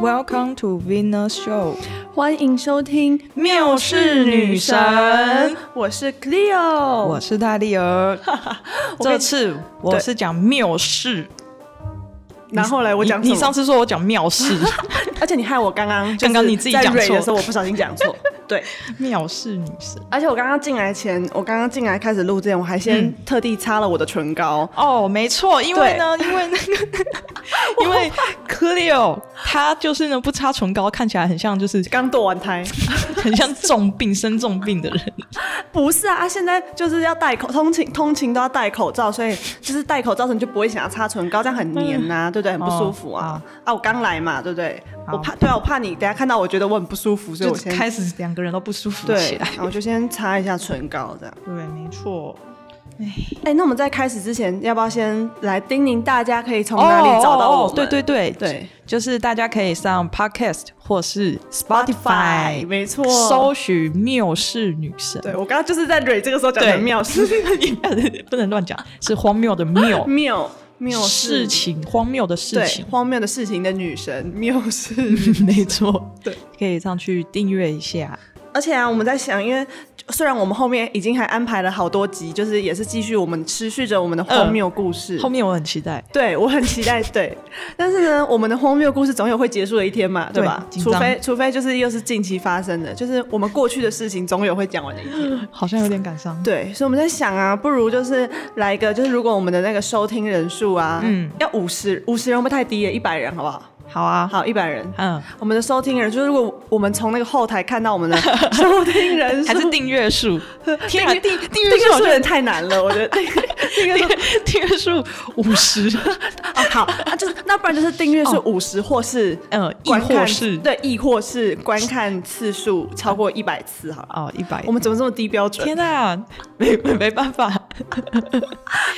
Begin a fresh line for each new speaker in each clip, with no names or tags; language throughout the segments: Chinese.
Welcome to Venus Show，
欢迎收听《
缪氏女神》，
我是 Cleo，
我是大力 儿。
跟
这
你
次我是讲缪氏，
然后来我讲
你你
什么
上次说我讲妙氏，
而且你害我刚刚就是
刚刚你自己
在
讲错
rate 的时候，我不小心讲错。对，
妙氏女神。
而且我刚刚进来前，我刚刚进来开始录之前，我还先特地擦了我的唇膏。
哦，没错，因为呢，因 为那个，因为 Cleo 她就是呢不擦唇膏，看起来很像就是
刚堕完胎，
很像重病生重病的人。
不是啊，现在就是要戴口通勤，通勤都要戴口罩，所以就是戴口罩，你就不会想要擦唇膏，这样很黏呐、对不对？很不舒服啊！啊，我刚来嘛，对不对？我怕，对啊，我怕你等一下看到我觉得我很不舒服， 所以
就
我先
开始两个人都不舒服
对
起来，。
然后我就先擦一下唇膏，这样。
对，没错。
哎、那我们在开始之前，要不要先来叮咛大家可以从哪里找到我们？
哦哦哦对对对
对
就是大家可以上 Podcast 或是 Spotify，
没错。
搜寻“缪氏女神
对我刚刚就是在蕊这个时候讲的
对
妙是”，，
不能乱讲，是荒谬的谬
妙妙
事情荒谬的事
对
情，
荒谬的事情的女神妙是。
没错，
对，
可以上去订阅一下。
而且啊，我们在想，因为虽然我们后面已经还安排了好多集，就是也是继续我们持续着我们的
嗯
荒谬故事。
后面我很期待，
对我很期待，对，但是呢，我们的荒谬故事总有会结束的一天嘛，对
对
吧？
紧
除
张
非除非就是又是近期发生的，就是我们过去的事情总有会讲完的一 天。
好像有点感伤。
对，所以我们在想啊，不如就是来一个，就是如果我们的那个收听人数啊，嗯
嗯，
要五十，五十人会不会太低了？一百人好不好？
好啊，
好，一百人。
嗯，
我们的收听人数，如果我们从那个后台看到我 们的收听人数，
还是订阅数？天啊，订
订
订阅数
数
好
有
像
点太难了，我觉得 订阅数
订阅数五十，
啊，好，啊就是那不然就是订阅数五十或是
嗯，哦亦
观看
或是
对，亦或是观看次数超过一百次好了。
哦一百
我。们怎么这么低标准？
天哪，没没没办法，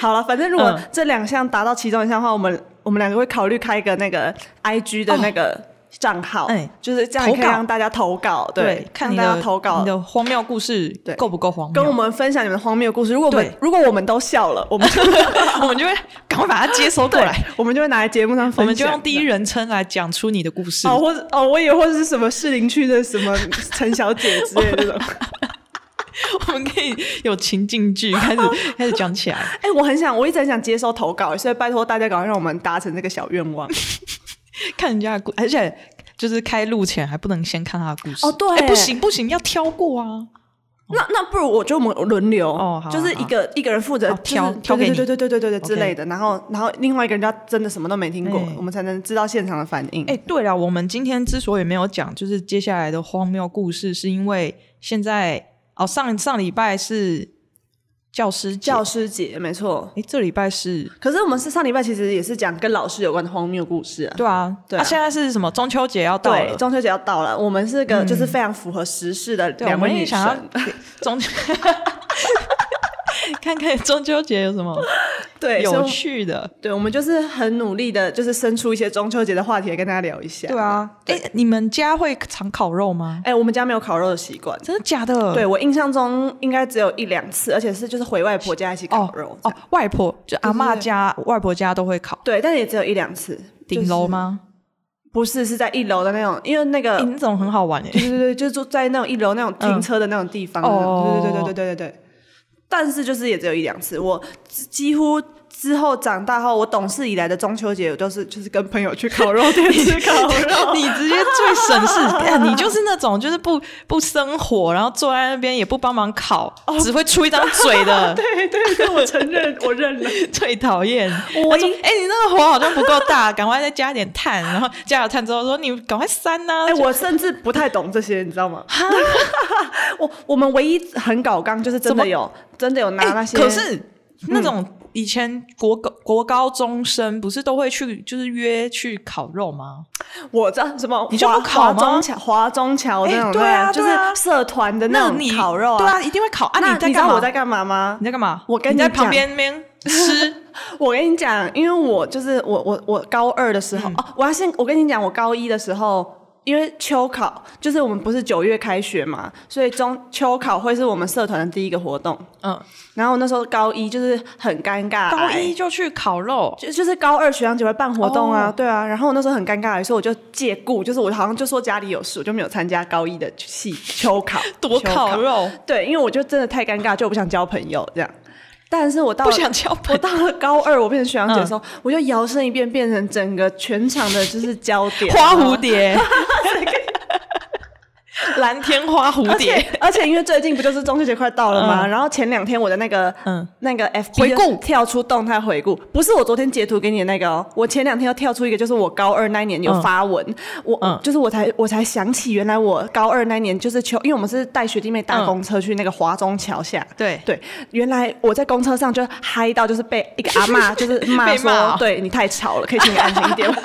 好了，反正如果
嗯
这两项达到其中一项的话，我们我们两个会考虑开一个那个 I G 的那个账号，
哦哎
就是这样可以
投稿
让大家投稿，对，
看
让
你
大
的
家投稿
你。的荒谬故事
对
够不够荒谬？
跟我们分享你们的荒谬故事。如果我们
对
如果我们都笑了，我们就
我们就会 赶快把它接收过
对
来，，
我们就会拿来节目上分享。
我们就用第一人称来讲出你的故事。
哦，或者哦，我以为或者是什么士林区的什么陈小姐之类的 这种。
我们可以有情境剧开 始开始讲起来。
哎、我很想，我一直很想接收投稿，所以拜托大家赶快让我们达成这个小愿望。
看人家的故，而且就是开录前还不能先看他的故事
哦对
哎不行不行，要挑过啊。
那那不如我觉得我们轮流，
哦好啊
就是一个、一个人负责
好
就是
挑
对
挑给你
对对对对对对
OK
之类的，然后然后另外一个人就要真的什么都没听过，
哎
我们才能知道现场的反应。
哎、对了，我们今天之所以没有讲，就是接下来的荒谬故事，是因为现在哦，上上礼拜是教师节
教师节没错，
哎，这礼拜是
可是我们是上礼拜其实也是讲跟老师有关的荒谬故事啊。
对啊，
对啊
啊现在是什么中秋节要到
对，
了，
中秋节要到了，我们是个就是非常符合时事的
对，我
两位
们也
女
想要
神，
中看看中秋节有什么
对，所以
有
我
趣的。
对，我们就是很努力的，就是生出一些中秋节的话题来跟大家聊一下。
对，啊，哎、你们家会常烤肉吗？
哎、我们家没有烤肉的习惯，
真的假的？
对我印象中应该只有一两次，而且是就是回外婆家一起烤
哦
肉。
哦，外婆就阿
对
嬷
对对
家、外婆家都会烤
对，但也只有一两次。
顶楼吗？
不是，是在一楼的那种，因为那个
哎、那种很好玩哎、
对对对，就是住在那种一楼那种停车的那种地方的那种。
嗯哦。
对对对对对对对。但是就是也只有一两次，我几乎之后长大后，我懂事以来的中秋节，我都是就是跟朋友去烤肉店吃烤 肉
你直接最省 事，哎你就是那种就是不不生火，然后坐在那边也不帮忙烤，只会出一张嘴 的，
对对对，我承认，我认了。
最讨厌。
我
他说：“哎、你那个火好像不够大，赶快再加点 炭。”然后加了炭之后说：“你赶快删呐、
哎、
啊！”
我甚至不太懂这些，你知道吗？ 我我们唯一很搞纲就是真
怎
的
么
有真的有拿
哎
那些，嗯
可是那种以前国高国高中生不是都会去就是约去烤肉吗？
我知道什么华，
你就不烤
华
吗
中桥、华中桥那种，
哎对啊
就
对啊
是社团的
那
种
你
烤肉
对啊，一定会烤啊！
那
在
你知
干
道
嘛？
我在干嘛吗
你？在干嘛？
我跟
你在
你讲
旁边那边吃
我跟你
嗯
讲，因为我就是我我我高二的时候、哦，我要先我跟你讲，我高一的时候。因为秋考就是我们不是九月开学嘛，所以中秋考会是我们社团的第一个活动。
嗯，
然后我那时候高一就是很尴尬，哎
高一就去烤 肉，
就就是高二学长姐会办活动啊
哦，
对啊。然后我那时候很尴尬，所以我就借故，就是我好像就说家里有事，我就没有参加高一的戏秋考
多
秋
烤 肉，
对，因为我就真的太尴尬，就我不想交朋友这样。但是我到
不
了
想交
我
朋友，嗯
到了高二，我变成学长姐的时候，我就摇身一变，变成整个全场的就是焦点
花蝴 蝶，蓝天花蝴
而且
蝶，
而且因为最近不就是中秋节快到了吗？然后前两天我的那个
嗯
嗯那个 FB
回顾
就跳出动态回顾，不是我昨天截图给你的那个哦，我前两天又跳出一个，就是我高二那一年有发文，我、
嗯
就是我才我才想起原来我高二那一年就是秋，因为我们是带学弟妹搭公车去那个华中桥下。
对，
对，原来我在公车上就嗨到，就是被一个阿 嬷就是骂
被
说，
骂哦
对你太吵了，可以请你安静 一点吗？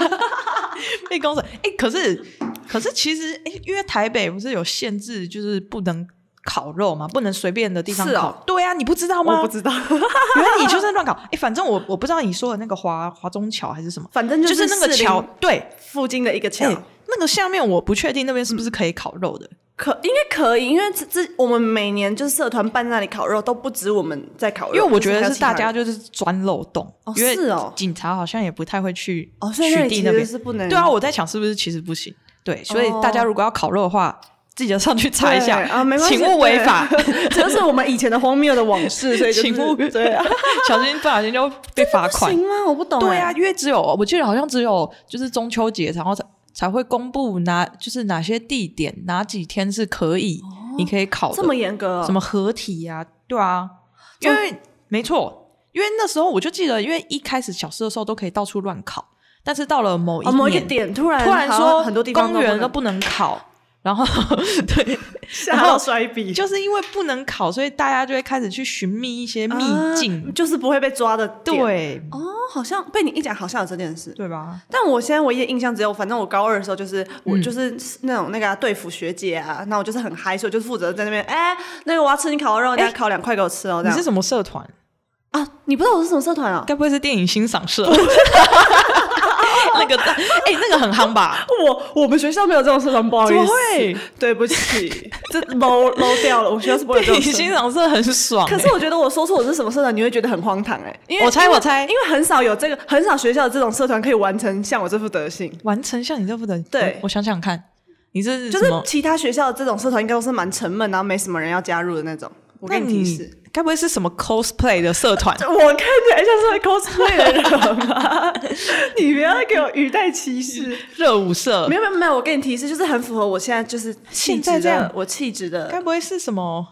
被公审。哎、可是可是其实哎、因为台北不是有限制，就是不能烤肉嘛，不能随便的地方
是
烤。
哦
对啊，你不知道吗？
我不知道，
原来你就是乱搞。哎、反正我我不知道你说的那个华华中桥还是什么，
反正
就是那个
士林
桥，对，
附近的一个桥。
哎、那个下面我不确定那边是
嗯
不是可以烤肉的。
可应该可以，因为这这我们每年就是社团办那里烤肉，都不止我们在烤肉，
因为我觉
就还
得
有
是
其他
大
人
家就是钻漏洞，
哦
因为
是哦
警察好像也不太会去
哦，所以那
取
里
缔
其
那边
实。是不能
对啊，我在想是不是其实不行。对，所以
哦
大家如果要烤肉的话，自己要上去查一下
对啊，没关系，
请勿违法，
对 这是我们以前的荒谬的往 事，所以就是
请勿
对 啊，
小心不小心就被罚
不
款。
行吗？我不懂，
对啊，，因为只有我记得好像只有就是中秋节，然后才才会公布哪就是哪些地点哪几天是可以、你可以烤的
哦这，么严格哦，
什么合体呀、对啊，
这
因
么
为没错，因为那时候我就记得，因为一开始小四的时候都可以到处乱烤，但是到了某一
哦
年、
某一个点突然
突然
好像
说
很多地方
公园
都
都不能烤，然后 对，
吓到摔笔，
就是因为不能烤，所以大家就会开始去寻觅一些秘境，
啊就是不会被抓的点。
对
哦，好像被你一讲，好像有这件事。
对吧？
但我现在唯一的印象只有，反正我高二的时候就是、我就是那种那个、啊、对付学姐啊，那我就是很嗨，所以我就是负责在那边，哎、那个我要吃你烤肉，你要烤两块给我吃哦，
你
这样
是什么社团？
啊？你不知道我是什么社团啊？
该不会是电影欣赏社？ 那个大，哎、那个很夯 吧？
我我们学校没有这种社团，不好
怎么会？
对不起，这 low low 掉了，我们学校是不会有这
电
种
影
社
欣
团。
赏社很爽、
可
哎
是我觉得我说出我是什么社团，你会觉得很荒唐哎、因为
我猜
因为
我猜
因为很少有这个，很少学校的这种社团可以完成像我这副德行。
完成像你这副的，
对
我我想想看，你这是
就
什
是
么
其他学校的这种社团应该都是蛮沉闷，然后没什么人要加入的那种。我
那
给你提示，
该不会是什么 cosplay 的社 团？
我看起来像是会 cosplay 的人 吗？你不要再给我语带歧视。
热舞社
没？有没有没有，我给你提示，就是很符合我现在就是气
现在
质
这样
的，我气质
该
的。
不会是什么？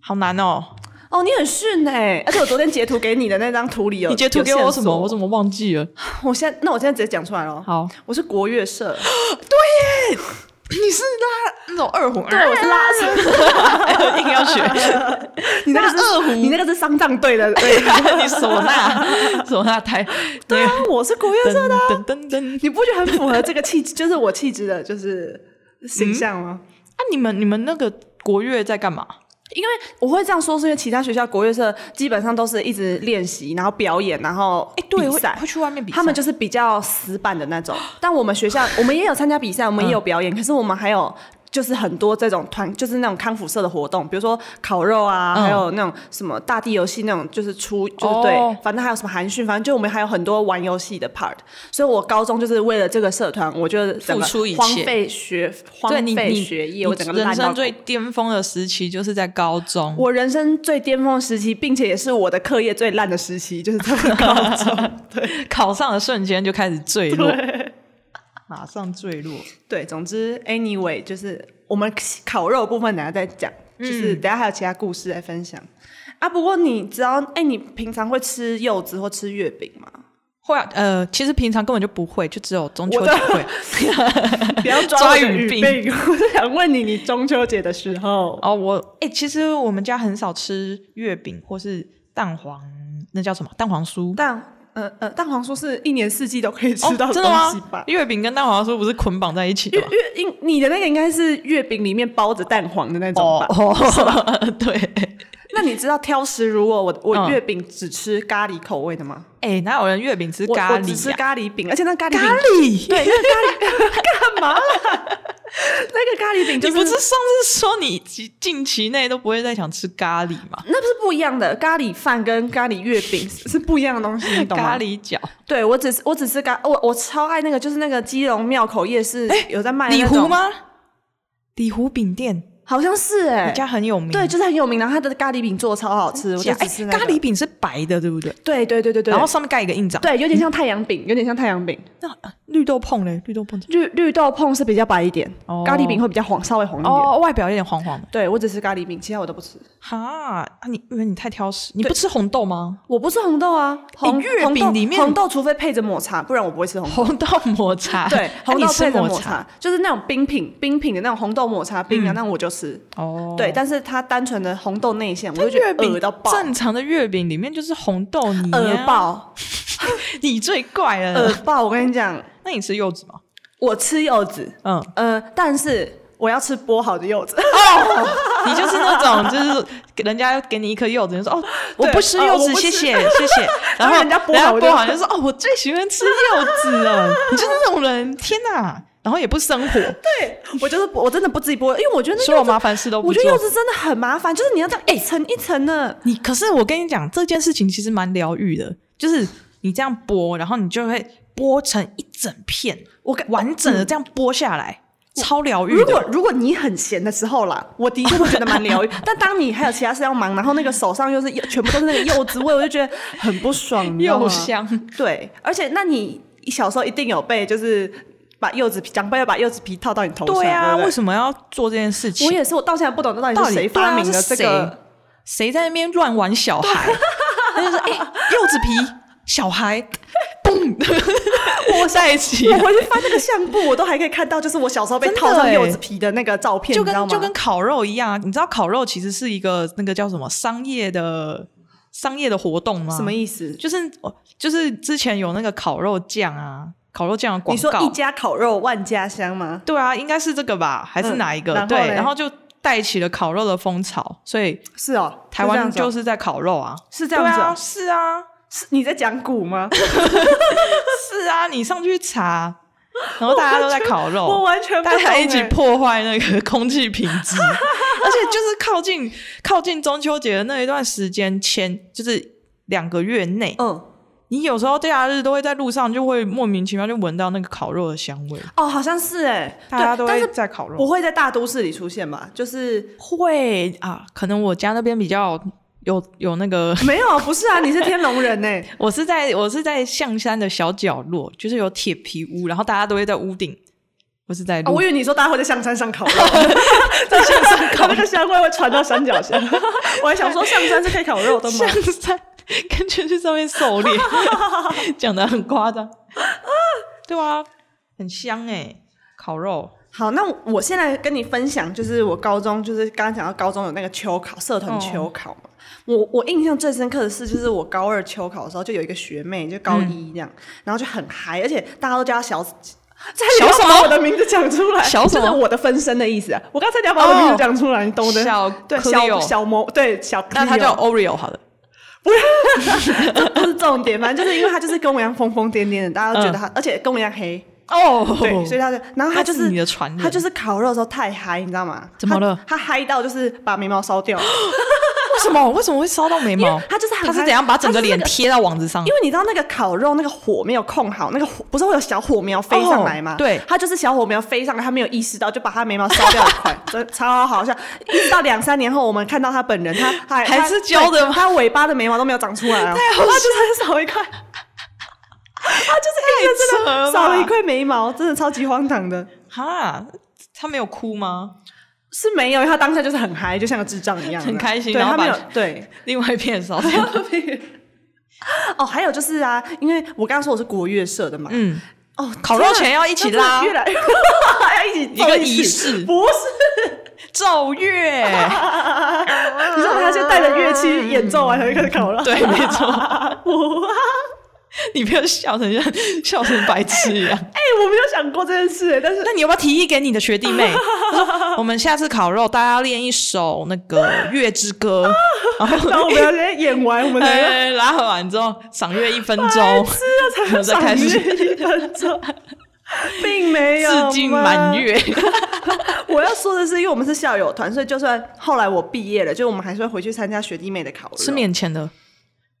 好难哦！
哦，你很逊哎、而且我昨天截图给 你的那张图里有，
你截图给
有
我
线
什
索
么？我怎么忘记了？
我现在那我现在直接讲出来了。
好，
我是国乐社，
你是拉那种二胡？
对，我是拉扯。
拉啊 硬要学，
你那个是
二胡
你那个是丧葬队的。 对 啊
你唢呐 唢呐台
对啊，我是国乐社
那
的
个噔噔噔噔。
你不觉得很符合这个气质，就是我气质的，就是形象吗？
啊，你们你们那个国乐在干嘛？
因为我会这样说，是因为其他学校国乐社基本上都是一直练习，然后表演，然后
哎，对，
比
会
赛
会。去外面比赛，
他们就是比较死板的 那种，但我们学校我们也有参加比赛，我们也有表演，可是我们还有就是很多这种团，就是那种康复社的活动，比如说烤肉啊，
嗯
还有那种什么大地游戏那种，就是出就是对，
哦
反正还有什么韩训，反正就我们还有很多玩游戏的 part。所以我高中就是为了这个社团，我就整个
付出一切
荒废学荒
对你
废
你
学
你
业，我整个
人
烂到
生最巅峰的时期就是在高中。
我人生最巅峰时期，并且也是我的课业最烂的时期，就是在 我高中。对
考上的瞬间就开始坠落，马上坠落。
对，总之，anyway，就是我们烤肉的部分等一下再讲，就是等一下还有其他故事来分享。啊，不过你知道，哎、你平常会吃柚子或吃月饼 吗？
会啊，呃，其实平常根本就不会，就只有中秋节会。
不要
抓
抓我的
语
语
病
病，我是想问你，你中秋节的时候，
哦，我哎、其实我们家很少吃月饼或是蛋黄，那叫什么蛋黄酥？
蛋呃呃蛋黄酥是一年四季都可以吃到
哦、真的
东
吗
西吧？？
月饼跟蛋黄酥不是捆绑在一起的
月
吗？
月应你的那个应该是月饼里面包着蛋黄的那种
哦
吧？
哦，对，
那你知道挑食如我，我我月饼只吃咖喱口味的吗？
哎，哪有人月饼吃
我
咖
我只
喱
吃
呀？
咖喱饼，而且那咖喱
咖
饼
喱？
对，那个咖喱干嘛啦？那个咖喱饼就
你
是
不是上次说你近近期内都不会再想吃咖喱吗？
那不是不一样的，咖喱饭跟咖喱月饼 是是不一样的东西，你懂吗？
咖，喱饺，
对我只是我只是咖，我我超爱那个，就是那个基隆庙口夜市有在卖
里
那种
湖？哎吗？里湖饼店，
好像是哎、
人家很有名。
对，就是很有名，然后它的咖喱饼做的超好吃，我就
假，哎
只吃、那
咖
个
喱，饼是白的，对不对？
对对对对对，
然后上面盖一个印章。
对，有点像太阳饼，有点像太阳饼，
那啊绿豆碰嘞，绿豆碰。
绿绿豆碰是比较白一点，
哦
咖喱饼会比较黄，稍微黄一点。
哦，外表有点黄黄的。
对我只吃咖喱饼，其他我都不吃。
哈，啊你因为你太挑食，你不吃红豆吗？
我不吃红豆啊，红
哎月
红
饼
豆
里面
红豆除非配着抹茶，不然我不会 吃红豆。
红豆抹 茶，
对，
啊
红
你
豆
吃
配着
抹嗯
抹茶，就是那种冰品，冰品的那种红豆抹茶冰啊，那我就吃。
哦，
对，但是它单纯的红豆内馅，我就觉
月
得
饼
恶到爆，
正常的月饼里面就是红豆泥、啊，嗯
恶 爆，
你最怪
恶
了。
爆！我跟你讲，
那你吃柚子吗？
我吃柚子，
嗯，
呃，但是我要吃剥好的柚子。
啊 你就是那种，就是给人家给你一颗柚子，你就说哦，我不吃
哦
柚
我
子，
不
谢
吃
谢谢谢。 然
然
后
后人家剥好
剥好，
我就
就说哦，我最喜欢吃柚子了。 你就是那种人，天哪！然后也不生火，
对，我就是我真的不自己剥，因为我觉得那
所有
柚子，
麻烦事都不
我觉
做
得。柚子真的很麻烦，就是你要这样一层一层的。
你可是我跟你讲，这件事情其实蛮疗愈的，就是你这样剥，然后你就会剥成一整片，
我跟嗯
完整的这样剥下来，超疗愈的。
如果如果你很闲的时候啦，我的确会觉得 蛮疗愈。但当你还有其他事要忙，然后那个手上又是全部都是那个柚子味，我就觉得很不爽，你知道吗
又香，
对，而且那你小时候一定有被就是把柚子皮，长辈要把柚子皮套到你头上，
对
对
啊，
不对
为什么要做这件事情？
我也是，我到现在不懂这到底
到
是
底
谁发明的这
对啊是
个。
谁谁在那边乱玩小 孩？他就是哎、柚子皮小孩，嘣，我在一起，
我回去翻那个相簿，我都还可以看到，就是我小时候被
真的
套上
欸
柚子皮的那个照片，
就
你知道
跟
吗
就跟烤肉一样啊。你知道烤肉其实是一个那个叫什么商业的商业的活动吗？
什么意思？
就是哦就是之前有那个烤肉酱啊，烤肉酱的广
你说
告，
一家烤肉万家香吗？
对啊，应该是这个吧，还是
嗯
哪一个？
然后
对，
嘞
然后就带起了烤肉的风潮，所以
是哦，
台湾就是是在烤肉啊，
是这样子
对
哦
啊，是啊，
是你在讲古吗？
是啊，你上去查，然后大家都在烤
我
肉，
完全不
哦大
懂
家
欸
一起破坏那个空气品质， 而且就是靠近靠近中秋节的那一段时间前，就是两个月内，
嗯
你有时候假日都会在路上就会莫名其妙就闻到那个烤肉的香味，
哦，好像是哎，
大家都
对但
会
是
在烤
不
肉，
会在大都市里出现吧？就是
会啊，可能我家那边比较有有那个。
没有，不是啊，你是天龙人欸呢，
我是在我是在象山的小角落，就是有铁皮屋，然后大家都会在屋顶，我是在
哦
路
我以为你说大家会在象山 上烤肉，在象山 烤那个香味会传到山脚下， 我还想说象山是可以烤肉的吗
象？山，感觉去上面狩猎，讲的很夸张。对啊，很香哎、烤肉。
好，那我现在跟你分享，就是我高中，就是刚刚讲到高中有那个秋考，社
嗯
团秋考嘛。我我印象最深刻的是，就是我高二秋考的时候，就有一个学妹，就高
嗯
一这样，然后就很嗨，而且大家都叫她小。
小
差点要
什
把
么
我的名字讲出来，
小什么 哦
就是我的分身的意思啊！我刚才要把我的名字讲出来，你懂的。
小
对
Cleo
小小魔对小 Cleo，
那它叫哦 Oreo 好了，
不是 重点，反正就是因为她就是跟我一样疯疯癫癫的，大家都觉得她，
嗯
而且跟我一样黑，
哦，
对，所以她就，然后她
它
就
就是你的传人，
他就是烤肉的时候太嗨，你知道吗？
怎么了嗯
他？他嗨到就是把眉毛烧掉，
为什么为什么会烧到眉毛？
他就是很
它
嗨
是怎样把整个脸
他就是
贴到网子上
那个因？为你知道那个烤肉那个火没有控好，那个火不是会有小火苗飞上来吗？
哦对
他就是小火苗飞上来，他没有意识到，就把他眉毛烧掉一 块，真的超好笑。一直到两三年后，我们看到他本人， 他还
还是焦的吗
他尾巴的眉毛都没有长出来、啊，太好他就是很少一块。他就是一个
太扯
真
了
的
吧
啊少了一块眉毛，真的超级荒唐的。
哈，他没有哭吗？
是没有，因为他当下就是很嗨，就像个智障一样的，
很开心
对
然后
他没有
把
对，
另外一片烧 掉。
哦，还有就是啊，因为我刚刚说我是国乐社的嘛，
嗯，
哦，
烤肉
天啊
前要一起拉
那真的越来越 要一起
一个
凑起
仪式
不是？
奏乐，
你知道他先带着乐器演奏完，才开始烤肉，
对，没错。
不啊，
你不要笑成像笑成白痴一样。
哎、我没有想过这件事、哎，但是
那你要不要提议给你的学弟 妹？他说我们下次烤肉，大家练一首那个《月之歌》， 然后
然后我们要先演完，我们才要
哎，拉完之后赏月一分钟，然后再开
赏
始
月一 分钟，并没有
致敬
吗
满。月。
我要说的是，因为我们是校友团，所以就算后来我毕业了，就我们还是会回去参加学弟妹的烤肉。
是免钱的，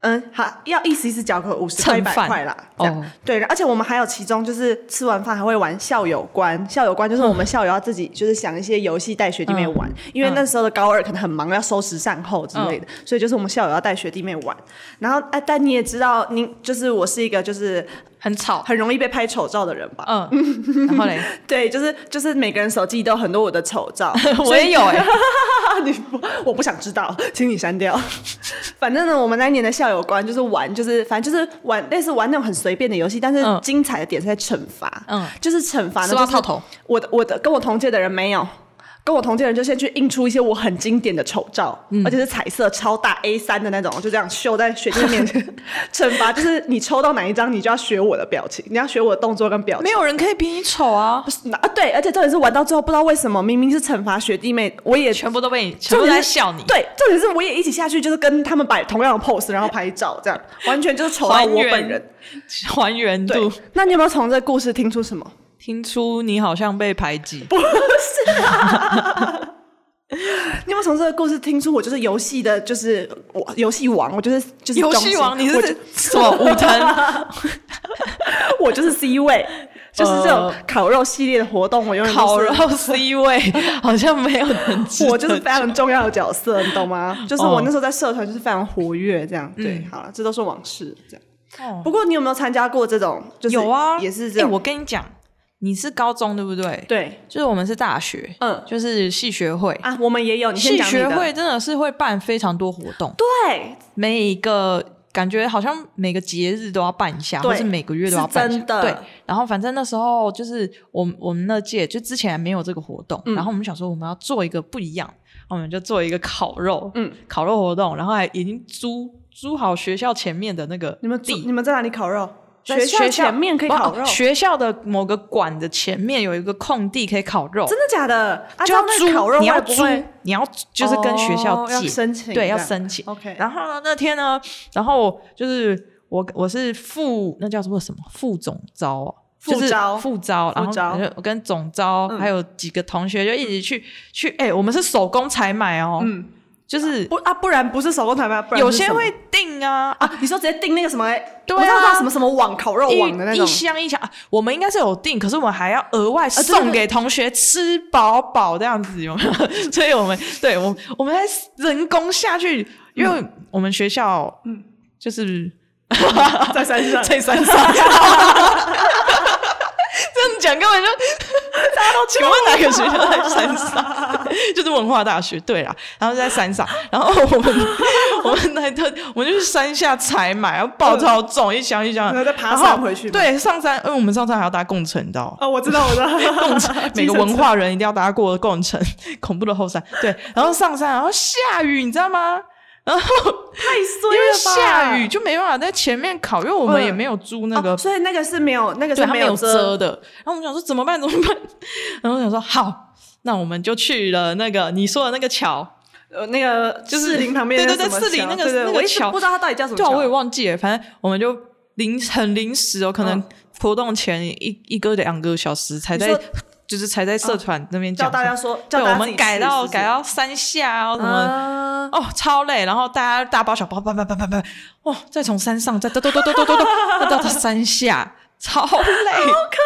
嗯，好，要一时一时缴个五十块、一
蹭
百
饭
块啦。
哦
这样、对，而且我们还有其中就是吃完饭还会玩校友关，校友关就是我
嗯
们校友要自己就是想一些游戏带学弟妹玩，因为那时候的高二可能很忙，要收拾善后之类的，
嗯
所以就是我们校友要带学弟妹玩。然后，哎，但你也知道，您就是我是一个就是
很吵。
很容易被拍丑照的人吧？
嗯，然后嘞，，
对，就是就是每个人手机都有很多我的丑照
我也有哎、
所以 你不我不想知道，请你删掉。反正呢，我们那一年的校友关就是玩，就是反正就是玩类似玩那种很随便的游戏，但是
嗯
精彩的点是在惩罚，
嗯
嗯，就是惩罚呢，
丝袜
就是
套头
我的我的跟我同届的人没有。跟我同届的人就先去印出一些我很经典的丑照，
嗯
而且是彩色超大 A 三的那种，就这样秀在学弟面前。 惩罚就是你抽到哪一张，你就要学我的表情，你要学我的动作跟表情
没。有人可以比你丑啊，
啊，对，而且重点是玩到最后，不知道为什么，明明是惩罚学弟妹，我也
全部都被你，全部都在笑你。
对，重点是我也一起下去，就是跟他们摆同样的 pose，然后拍照，这样完全就是丑到我
还
本
原
人。
还原
对
度，，
那你有没有从这故事听出什么？
听出你好像被排挤。
不是啊。你有没有从这个故事听出我就是游戏的，就是我游戏王，我就是就是
游
中
戏
心
王，你
我
是什么武藤
我就是 C 位，就是这种烤肉系列的活动，我永远都是
呃烤肉 C 位？ 好像没有人知道。
我就是非常重要的角色，你懂 吗？就是
哦
我那时候在社团就是非常活跃，这
嗯
样、对，好了，这都是往事，这样。
哦
不过你有没有参加过这种？就是
有啊，
也是这样。
欸我跟你讲，你是高中对不对？，
对
就是我们是大学，
嗯
就是系学会。
啊，我们也有。你先
系
讲你
学
的。
会真的是会办非常多活动，
对，
每一个感觉好像每个节日都要办一下，
对
或是每个月都要办一
是
下。
真的
对，然后反正那时候就是我们我们那届就之前还没有这个活动，
嗯
然后我们想说我们要做一个不一样，然后我们就做一个烤肉，
嗯，
烤肉活动，然后还已经租租好学校前面的那个
你们住
地，
你们在哪里烤肉？
在
校前面可以烤
不
肉
哦？学校的某个馆的前面有一个空地可以烤肉，
真的假的？啊，
就要
这样
租
那烤肉
你要
会不
租
会？，
你要就是跟学校
哦
借、
要申请
对，
这
要
样
申请。
OK
然后呢，那天呢，然后就是我我是副那叫做什么副总招啊。
副
就是
招
副招，然
副招嗯
后我跟总招还有几个同学就一起去去，哎、我们是手工采买哦，
嗯，
就是
不啊，不然不是手工台吗？不然
有
是
些
什么
会订啊，
啊，你说直接订那个什么？哎
对啊
我知道它什么什么网烤肉网的那
一
种啊
一。箱一箱、啊，我们应该是有订，可是我们还要额外
对
送
对
给同学吃饱饱这样子，有没 有？所以我们对我们我们还人工下去，因
嗯
为我们学校嗯就是
在山 上
在山上，这样讲根 本就大家都 请问哪个学校在山上？ 就是文化大学对啦，然后就在山上，然后我们 我们那一特我们就去山下采买，然后爆超重，一箱一箱，
然后再爬
然后
山回去吗
对，上山，因为我们上山还要搭共乘，你知道 吗？
哦，我知道，我 知道，
共乘 每个文化人一定要搭过共乘， 恐怖的后山。对，然后上山，然后下雨，你知道吗？然后
太
因
衰
为
了吧！
下雨就没办法在前面烤，因为我们
嗯
也没有租那个
哦，所以那个是没有，那个
对，
是
它没有
有
遮的。然后我们想说怎么办？怎么办？ 然后我想说好，那我们就去了那个你说的那个桥。
呃，那个
就是
士林旁边那个
对对对
什么
士林
桥
那个
对对
那个
我一直
桥
不知道它到底叫什么
对啊，
桥。
我也忘记了，反正我们就临很临时哦，可能
嗯
活动前一一个两个小时才
你
在
说，嗯
就是才在社团那边
叫
讲
大家
说。
说，
对，
叫
我
大家自
们
己
改
去
到
是不是
改到山下哦，什么
啊，
哦，超累。然后大家大包小包，叭叭叭叭叭，哇，再从山上再嘟嘟嘟嘟嘟嘟嘟， 再到到山下，超累，
好可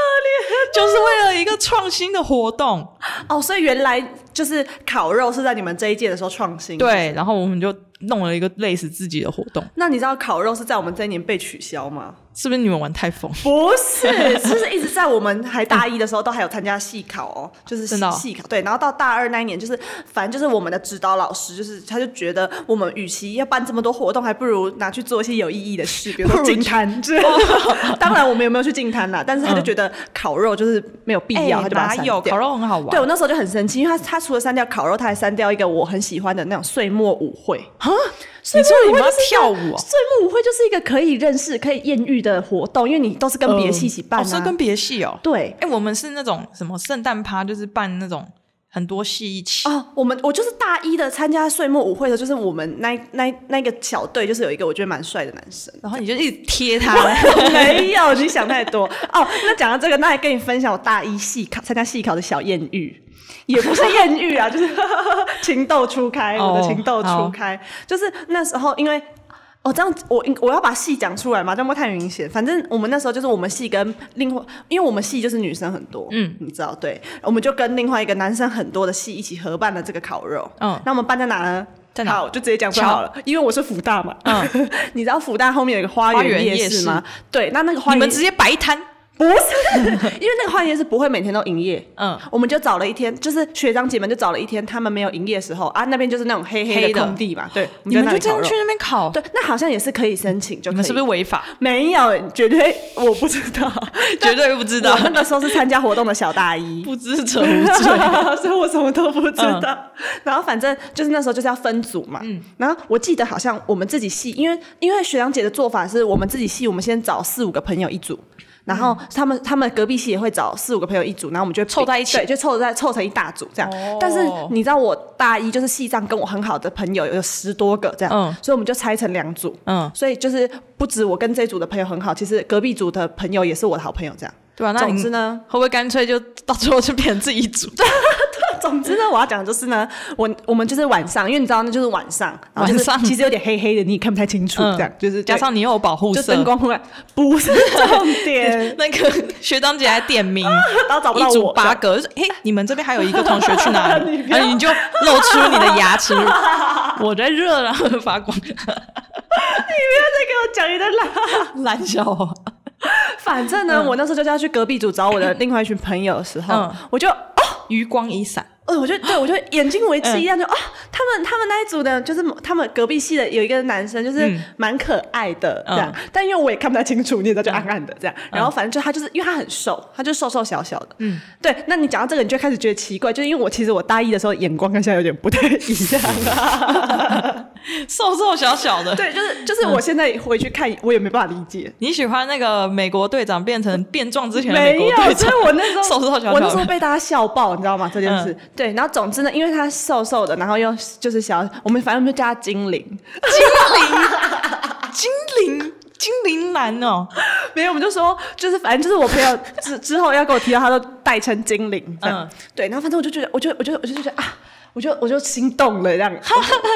就是为了一个创新的活动。
怜哦。所以原来就是烤肉是在你们这一届的时候创新。，
对，然后我们就弄了一个类似自己的活动，
那你知道烤肉是在我们这一年被取消吗？
是不是你们玩太疯？
不 是，就是一直在我们还大一的时候都还有参加系 考哦，就是系
真的哦
系考对，然后到大二那一年，就是反正就是我们的指导老师，就是他就觉得我们与其要办这么多活动，还不如拿去做一些有意义的事，比如
不
说
如
进摊之类的。当然我们有没有去进摊啦，但是他就觉得烤肉就是哎没有必要，他就把
嗯
它
哎哪
删
有
掉
烤。肉很好玩？
对我那时候就很生气，因为他他除了删掉烤肉，他还删掉一个我很喜欢的那种岁末舞会。
你说你们要
就是一个
跳舞哦
啊岁末舞会就是一个可以认识、可以艳遇的活动，因为你都是跟别系一起办、啊
哦，是跟别系哦。
对，
哎、我们是那种什么圣诞趴，就是办那种很多戏一起。
哦，我们我就是大一的参加岁末舞会的，就是我们那那那个小队，就是有一个我觉得蛮帅的男生。
然后你就一直贴 他，
没有，你想太多哦。那讲到这个，那还跟你分享我大一系考参加系考的小艳遇，也不是艳遇啊，就是 情窦初开，我的
哦
情窦初
好
开，就是那时候因为。哦，这样子我我要把戏讲出来嘛，这样会不会太明显。反正我们那时候就是我们系跟另外，因为我们系就是女生很多，嗯
嗯，
你知道对，我们就跟另外一个男生很多的系一起合办了这个烤肉。嗯
嗯，
那我们办在哪呢？
在哪
好，就直接讲出来好了，因为我是福大嘛。 嗯
嗯，
你知道福大后面有一个花
花
园
园
夜
夜
市
市
吗？对，那那个花
你
园
们直接摆一摊。
不是， 因为那个花园夜市不会每天都营业。
嗯，
我们就找了一天，就是学长姐们就找了一天，他们没有营业的时候啊，那边就是那种黑黑
黑
的
的
空地嘛，对，我
你们
在
就
那里
这样
烤肉
去那边烤，
对，那好像也是可以申请，就
你
可以。
们是不是违 法？
没有？绝对我不知道，
绝对 不知道
我，那个时候是参加活动的小大 一。
不知者无 罪。
所以我什么都不知道。然后反正就是那时候就是要分组嘛。然后我记得好像我们自己系，因为因为学长姐的做法是我们自己系，我们先找四五个朋友一组。然后他们他们隔壁系也会找四五个朋友一组，然后我们就会
凑在一起
对，就凑在凑成一大组这样。
哦
但是你知道我大一就是系上跟我很好的朋友有十多个这样，
嗯
所以我们就拆成两组。
嗯
所以就是不止我跟这组的朋友很好，其实隔壁组的朋友也是我的好朋友这样。
对啊吧？那
总
你
之呢，
会不会干脆就到最后就变成自己一 组？
总之呢，我要讲的就是呢，我我们就是晚上，因为你知道，那就是晚上，然后就是
晚上嗯
其实有点黑黑的，你也看不太清楚，这样、就是
加上你又有保护
就
色，
灯光忽然不是 重点，
那个学长姐还点 名，
然后找不到
一组
我
八个，就说嘿，你们这边还有一个同学去哪
你
里？
不要
然 后你就露出你的牙 齿，我在热然后发 光，
这样你不要再给我讲你的啦。
烂笑话。
反正呢，我那时候就是要去隔壁组找我的另外一群朋友的时候，
嗯
我就
余光一闪，
呃，我就对我就眼睛为
嗯
之一亮，就啊、他们他们那一组的，就是他们隔壁系的有一个男生，就是
嗯
蛮可爱的、这样，但因为我也看不太清楚，你也知道，就
嗯
暗暗的这样。然后反正就他就是因为他很瘦，他就瘦瘦小小的，嗯，对。那你讲到这个，你就开始觉得奇怪，就是因为我其实我大一的时候眼光跟现在有点不太一样 啊。
瘦瘦小小的。
对，就是就是我现在回去看，我也没办法理解。
你喜欢那个美国队长变成变壮之前的美
没
国
有，
队
所
长
以？我那时候
嗯瘦瘦小小的
我那时候被大家笑爆，你知道吗？这件事、
嗯
对。然后总之呢，因为他瘦瘦的，然后又就是小，我们反正我们就叫他精灵，
精灵精灵男 哦，
没有，我们就说就是反正就是我朋友之之后要给我提到，他都代称精灵这
嗯
样、对，然后反正我就觉得，我就我就我就觉得啊，我就我就心动了 这样，我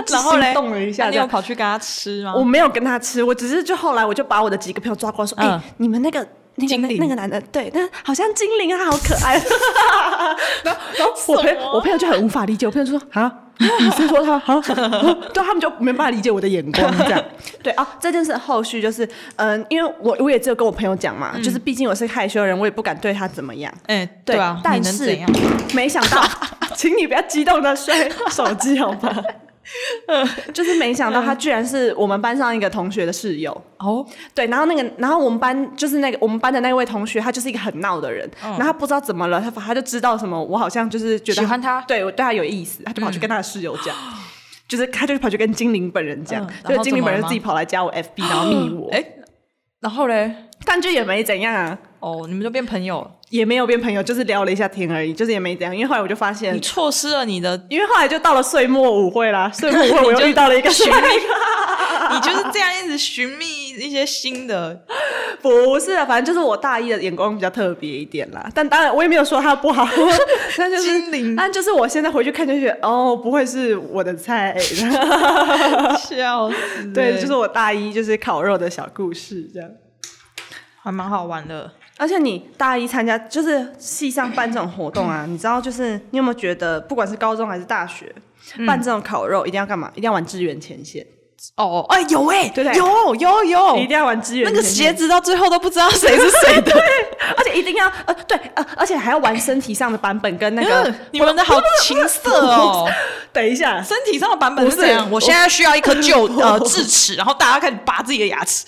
就
然后嘞
心动了一
那
下
你
这
有
样。
跑去跟他吃吗？
我没有跟他吃，我只是就后来我就把我的几个朋友抓过来说，哎、
嗯
你们那个。那个
精灵
那个男的，对，那好像精灵啊，他好可爱。 然后，然后我朋
什
友
么
我朋友就很无法理解，我朋友就说啊，你是说他啊？ 啊对，他们就没办法理解我的眼光这样。 对啊，这件事后续就是，嗯，因为我我也只有跟我朋友讲嘛，就是毕竟我是害羞人，我也不敢对他怎么样。
哎、对啊，
但
你能
是
怎样？
没想 到，请你不要激动的摔手机好吗？ 就是没想
嗯
到他居然是我们班上一个同学的室友。
哦，
对，然后那个，然后我们班就是那个我们班的那位同学，他就是一个很闹的人，然后他不知道怎么了，他他就知道什么，我好像就是觉
嗯
得
喜欢他嗯
对我对他有意思，他就跑去跟他的室友讲。就是他，就跑去跟精灵本人讲
嗯，然后
就是精灵本人
怎么了吗
自己跑来加我 FB，然后密我，
哎、然后嘞，
但就也没怎样啊，
哦，你们就变朋友了。
也没有变朋友，就是聊了一下天而已，就是也没怎样。因为后来我就发现
你，错失了你 的，
因为后来就到了岁末舞会 啦，岁末舞会
你
我又
就
遇到了一个
寻
帅
觅， 你就是这样一直寻觅一些新 的，
不是啊，反正就是我大一的眼光比较特别一点啦。但当然，我也没有说他不 好，但就是
精灵
但就是我现在回去看就觉得，哦，不会是我的 菜。
笑死
对，就是我大一就是烤肉的小故事这样。
还蛮好玩的。
而且你大一参加就是系上办这种活动啊，你知道就是你有没有觉得，不管是高中还是大学，办这种烤肉一定要干嘛？一定要玩支援前线，
哦，哎、有哎、
对不对
有有有，
一定要玩支援
那
前线。
个鞋子到最后都不知道谁是谁的，
而且一定要呃对呃，而且还要玩身体上的版本跟那个
嗯。你们的好情色哦。
等一下，
身体上的版本
不
是
是
怎样？
我
我现在需要一颗 臼呃智齿，然后大家开始拔自己的牙齿，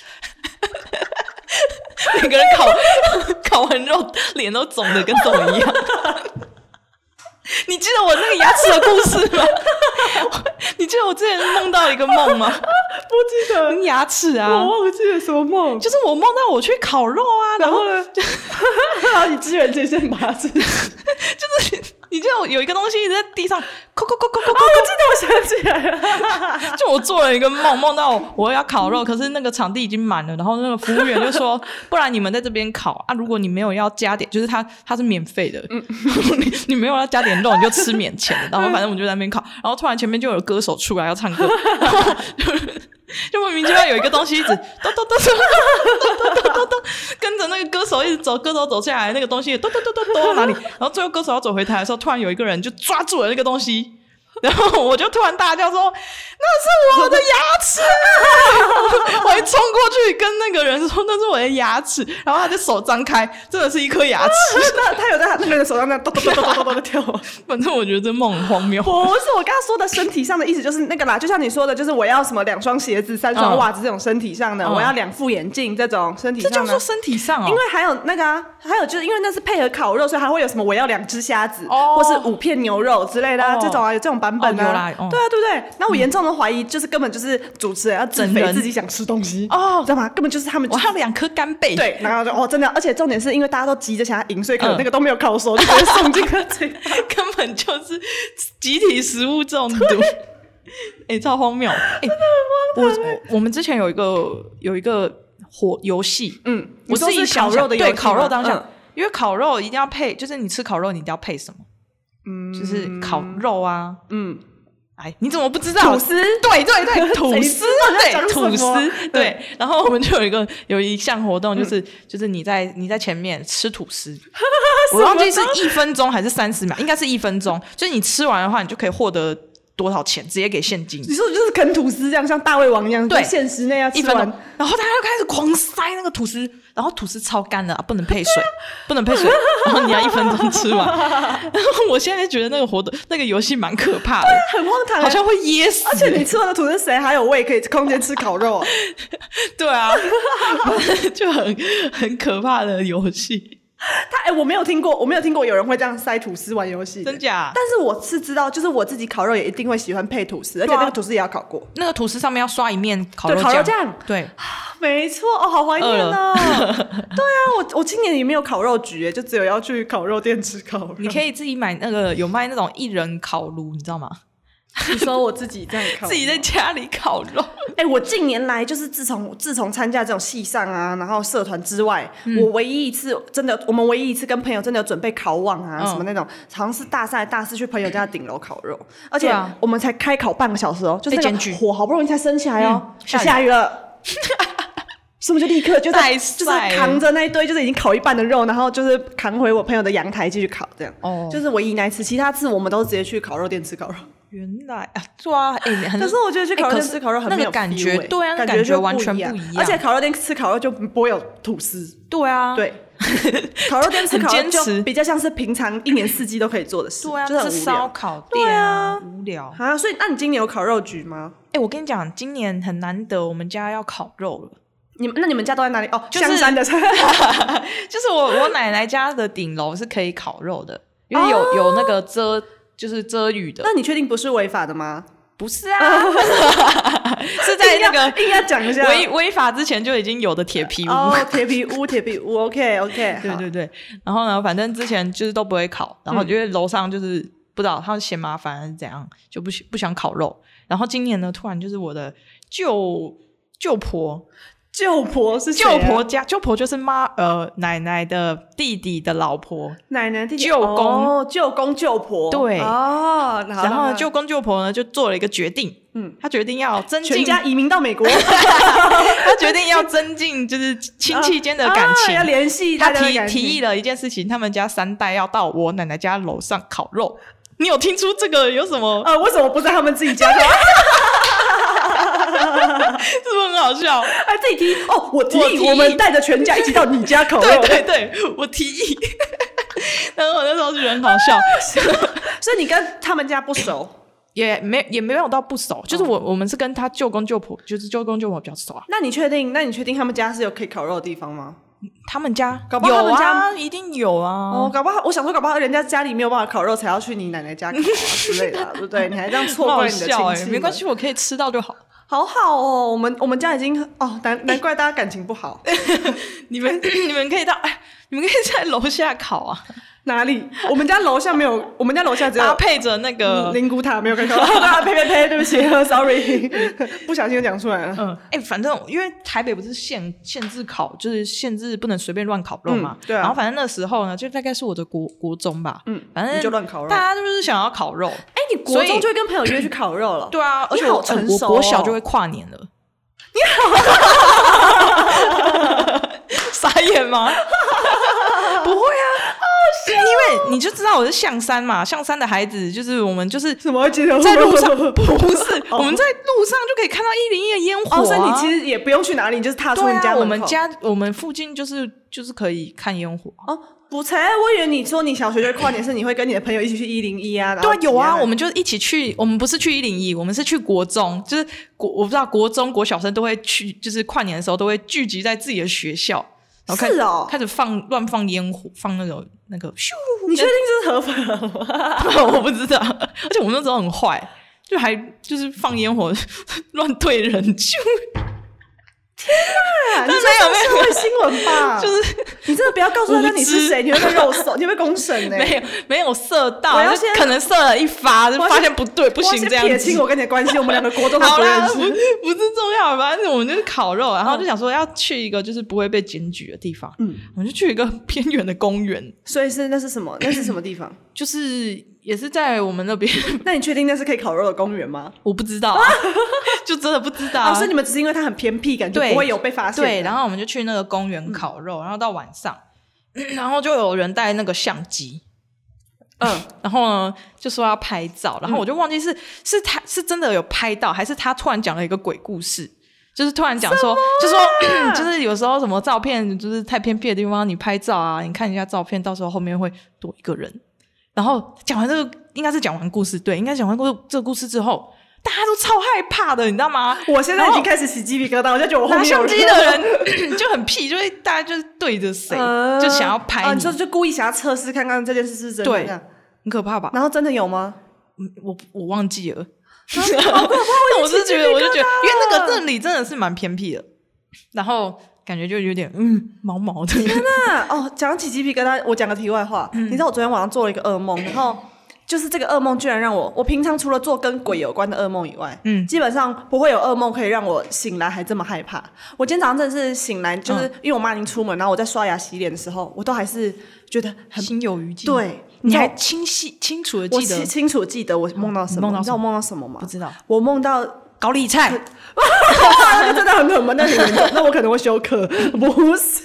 每个人 烤烤完肉脸都肿的跟肿一样。你记得我那个牙齿的故事吗？ 你记得我之前梦到一个梦 吗？
不记得，
跟牙齿啊
我，忘记了什么梦。
就是我梦到我去烤肉啊，然
然
后
后呢？然后你支援前线把它吃。
就是你记得我有一个东西一直在地上， 扣扣扣扣扣扣，
我想起来了，
就我做了一个梦，梦到我要烤肉，可是那个场地已经满了，然后那个服务员就说，不然你们在这边烤啊，如果你没有要加点，就是它它是免费的，你你没有要加点肉，你就吃免钱的。然后反正我就在那边烤，然后突然前面就有歌手出来要唱歌，然后就就莫名其妙有一个东西一直咚咚咚咚咚咚咚咚咚，跟着那个歌手一直走，歌手走下来，那个东西咚咚咚咚咚到哪里？然后最后歌手要走回台的时候，突然有一个人就抓住了那个东西。然后我就突然大叫说：“那是我的牙齿！”啊 我还冲过去跟那个人说：“那是我的牙齿。”然后他就手张开，真的是一颗牙齿。
那他有在他那个人手上那样咚咚咚咚咚咚的跳吗？
反正我觉得这梦很荒谬。
不是我刚刚说的身体上的意思，就是那个啦，就像你说的，就是我要什么两双鞋子、三双袜子这种身体上的，
嗯
我要两副眼镜这种身体
这叫
上
做
的。
身体上哦，
因为还有那个啊，还有就是因为那是配合烤肉，所以还会有什么我要两只虾子，
哦
或是五片牛肉之类的、啊
哦
这种啊，有这种版本
哦
啊，
有啦哦
对啊，对不对？那我严重的怀疑，就是根本就是主持人要自
整
肥
人
自己想吃东西
哦
知道吗？根本就是他们、
我
就是
还有两颗干贝。
对，然后就哦，真的，而且重点是因为大家都急着想要赢，所以可
嗯
能那个都没有烤熟，就直接送进 了嘴。
根本就是集体食物中毒。 哎、超荒谬！哎、我我我们之前有一个有一个火游戏，
嗯，
我
你说
自己
是烤
想
肉的游戏
对
吗
烤肉当下，
嗯
因为烤肉一定要配，就是你吃烤肉你一定要配什么？嗯，就是烤肉啊。
嗯，
哎，你怎么不知道？
吐司
对对 对，吐司啊
谁知道
对
你在讲
吐
什么嗯
司对。然后我们就有一个有一项活动，就是、就是你在你在前面吃吐司， 我忘记是一分钟还是三十秒，应该是一分钟。就是你吃完的话，你就可以获得多少钱，直接给现金。
你说就是啃吐司这样，像大胃王一样，
对
就限时内要
一
吃
分钟
完。，
然后大家就开始狂塞那个吐司，然后吐司超干了、啊，不能配水， 不能配水，然后你要一分钟吃 完。然后我现在觉得那个活动、那个游戏蛮可怕 的，
很荒唐欸，
好像会噎死、
而且你吃完的吐司，谁还有胃可以空间吃烤肉啊？
对啊， 就很很可怕的游戏，
他哎、我没有听过，我没有听过有人会这样塞吐司玩游戏的
真。假？
但是我是知道，就是我自己烤肉也一定会喜欢配吐司，而且
对啊
那个吐司也要烤过。
那个吐司上面要刷一面烤
对
肉
烤肉
酱，
酱
对，
没错，哦，好怀念
饿了
哦。 对啊，我我今年也没有烤肉局耶，就只有要去烤肉店吃烤肉。
你可以自己买那个有卖那种一人烤炉，你知道吗？
你说 我自己这样烤，
自己在家里烤肉，
哎、我近年来就是自从自从参加这种戏上啊，然后社团之外，
嗯
我唯一一次真的，我们唯一一次跟朋友真的有准备烤网啊、
嗯
什么那种，好像是大三还大四去朋友家的顶楼烤肉，而且
对啊
我们才开烤半个小时哦，就是那
被检举
个火好不容易才升起来哦，
嗯下雨
下雨了。 是不是就立刻就在
太
就是
帅了
扛着那一堆就是已经烤一半的肉，然后就是扛回我朋友的阳台继续烤，这样。
哦
就是唯一那一次，其他次我们都是直接去烤肉店吃烤肉。
原来啊，对啊，哎、你很
可是我觉得去烤肉
哎可
店
是
吃烤肉很
那
没
个
有
感
feel
觉，
欸
对啊，那个
感
感
觉
觉
就
完全
不
一样，
而且烤肉店吃烤肉就不会有吐司，
对啊，
对。烤肉店吃
很
烤肉
坚持
就比较像是平常一年四季都可以做的事，
对啊，
就是
这
很
是
无
烧
聊
烤
对
店
啊
无聊。
啊。所以，那你今年有烤肉局吗？
哎、我跟你讲，今年很难得，我们家要烤肉了。
你们那你们家都在哪里？哦，
就是
香山的 山，
就是我我奶奶家的顶楼是可以烤肉的，因为有、有那个遮就是遮雨的
那，你确定不是违法的吗？
不是啊， 是在那个
硬要讲一下
违违法之前就已经有的铁皮屋。
哦，铁皮屋，铁皮屋，OK OK，
对对对，然后呢，反正之前就是都不会烤，然后
嗯
因为楼上就是、不知道他们嫌麻烦还是怎样，就不喜不想烤肉。然后今年呢，突然就是我的舅舅婆，
舅婆是谁啊
舅婆家舅婆就是妈呃奶奶的弟弟的老婆，
奶奶弟弟
舅公
哦舅公舅婆
对
哦，
然后
呢
呢舅公舅婆呢就做了一个决定，
嗯
嗯，他决定要增
全
进，
家移民到美 国，
他决定要增进就是亲戚间的感情。
啊要联系
他
大家的
提
感
提
情
议了一件事情，他们家三代要到我奶奶家楼上烤肉。你有听出这个有什么？
呃，为什么不在他们自己家？ 哎，
是不是很好 笑？
自己提哦，我提
我
议
提议
我们带着全家一起到你家烤肉。
对对 对，我提议。 然后我那时候就觉得很好笑，
所以你跟他们家不熟，
也没也没有到不熟，就是我我们是跟他舅公舅婆，就是舅公舅婆比较熟啊。
那你确定？那你确定他们家是有可以烤肉的地方吗？
他们家
搞不好
有
他们
啊，
家
一定有啊。
哦，搞不好我想说，搞不好人家家里没有办法烤肉，才要去你奶奶家烤啊之类的啊、对不对？你还这样错
很
怪
好
你的
笑
亲
哎、
戚、
没关，系，我可以吃到 就好。
好好哦。我们我们家已经哦， 难难怪大家感情不好。
你们 你们可以到哎，你们可以在楼下烤啊，
哪里？ 我们家楼下没有，我们家楼下只
搭
有
配着那个
灵骨塔，没有看到。呃 啊呸呸呸，对不起，sorry，不 小心就讲出来了。
嗯， 哎、反正因为台北不是限限制烤，就是限制不能随便乱烤肉嘛、
嗯对啊
然后反正那时候呢，就大概是我的国国中吧。
嗯
反正
你就乱烤肉
大家就是想要烤肉。
哎，你
国中就
会跟朋友约去烤肉了？
对啊，而
你
且
好
我
成
我
熟
国
哦
小就会跨年 了。你好，傻眼吗？ 不会啊，
哦
因为你就知道我是象山嘛，象山的孩子就是我们就是
什么会记得
在路上不 是我们在路上就可以看到一零一的烟火、啊
哦，所以你其实也不用去哪里，你就是踏出
对
你家
啊，
门口
我们家我们附近就是就是可以看烟火。
哦，不才，我以为你说你小学就会跨年，是你会跟你的朋友一起去一零一啊？然后
对啊，有
怎
啊，
样
我们就一起去，我们不是去一零一，我们是去国中，就是国我不知道国中国小生都会去，就是跨年的时候都会聚集在自己的学校，然后开
是哦
开始放乱放烟火，放那种那个咻，
你确定这是合法的吗？
我不知道，而且我们那时候很坏，就还就是放烟火 乱对人，咻，
啊
没
你这
有
是社会新闻 吧？
就是
你真的不要告诉大家你
无
是
知
谁，你会被肉搜，你会被公审呢。
没有没有射
我
到，
要
就
先
可能射了一发，就
我要
发
先
现不对，不
我要
行
先
这样
撇
子
清。我跟你的关系，我们两个国中 都
好
不认
啦，不嗯
识。
不是重要，反正我们就是烤肉，啊然后就想说要去一个就是不会被检举的地方，
嗯，
我们就去一个偏远的公园，
所以是那是什么？那是什么地方？
就是也是在我们那边，
那你确定那是可以烤肉的公园吗？
我不知道、 啊，就真的不知道、
啊，
啊。
所以你们只是因为它很偏僻，感觉
对
不会有被发现。嗯
对，然后我们就去那个公园烤肉，然后到晚上， 然后就有人带那个相机，
嗯，
然后呢就说要拍照，然后我就忘记是、是他是真的有拍到，还是他突然讲了一个鬼故事，就是突然讲说，
啊
就说 就是有时候什么照片就是太偏僻的地方，你拍照啊，你看一下照片，到时候后面会多一个人。然后讲完这个，应该是讲完故事，对，应该讲完故这个故事之后，大家都超害怕的，你知道吗？
我现在已
然
经
后
开始起鸡皮疙瘩，我就觉得我后
拿
面
相
有
机的 人 就很屁，就会大家就是对着谁，
呃
就想要拍
啊，
你，
你说就故意想要测试看看这件事是真的
对
这样。
很可怕吧？
然后真的 有吗？
嗯我我忘记了，但我是觉得，我就觉得，因为那个这里真的是蛮偏僻的，然后感觉就有点嗯毛毛 的，
那哦，讲起鸡皮疙瘩，我讲个题外话。
嗯
你知道我昨天晚上做了一个噩梦，然后就是这个噩梦居然让我，我平常除了做跟鬼有关的噩梦以外，
嗯
基本上不会有噩梦可以让我醒来还这么害怕。我今天早上真的是醒来，就是
嗯
因为我妈已经出门，然后我在刷牙洗脸的时候，我都还是觉得很
心有余悸。，
对。
你还
知道
清晰清楚的
我
记
清
得
清楚记得我梦到什
你
么？
梦到
你知道我梦到什么吗？
不知道
我梦到
搞理财，
哇，那个真的很冷门，那你们那我可能会休 克，不是。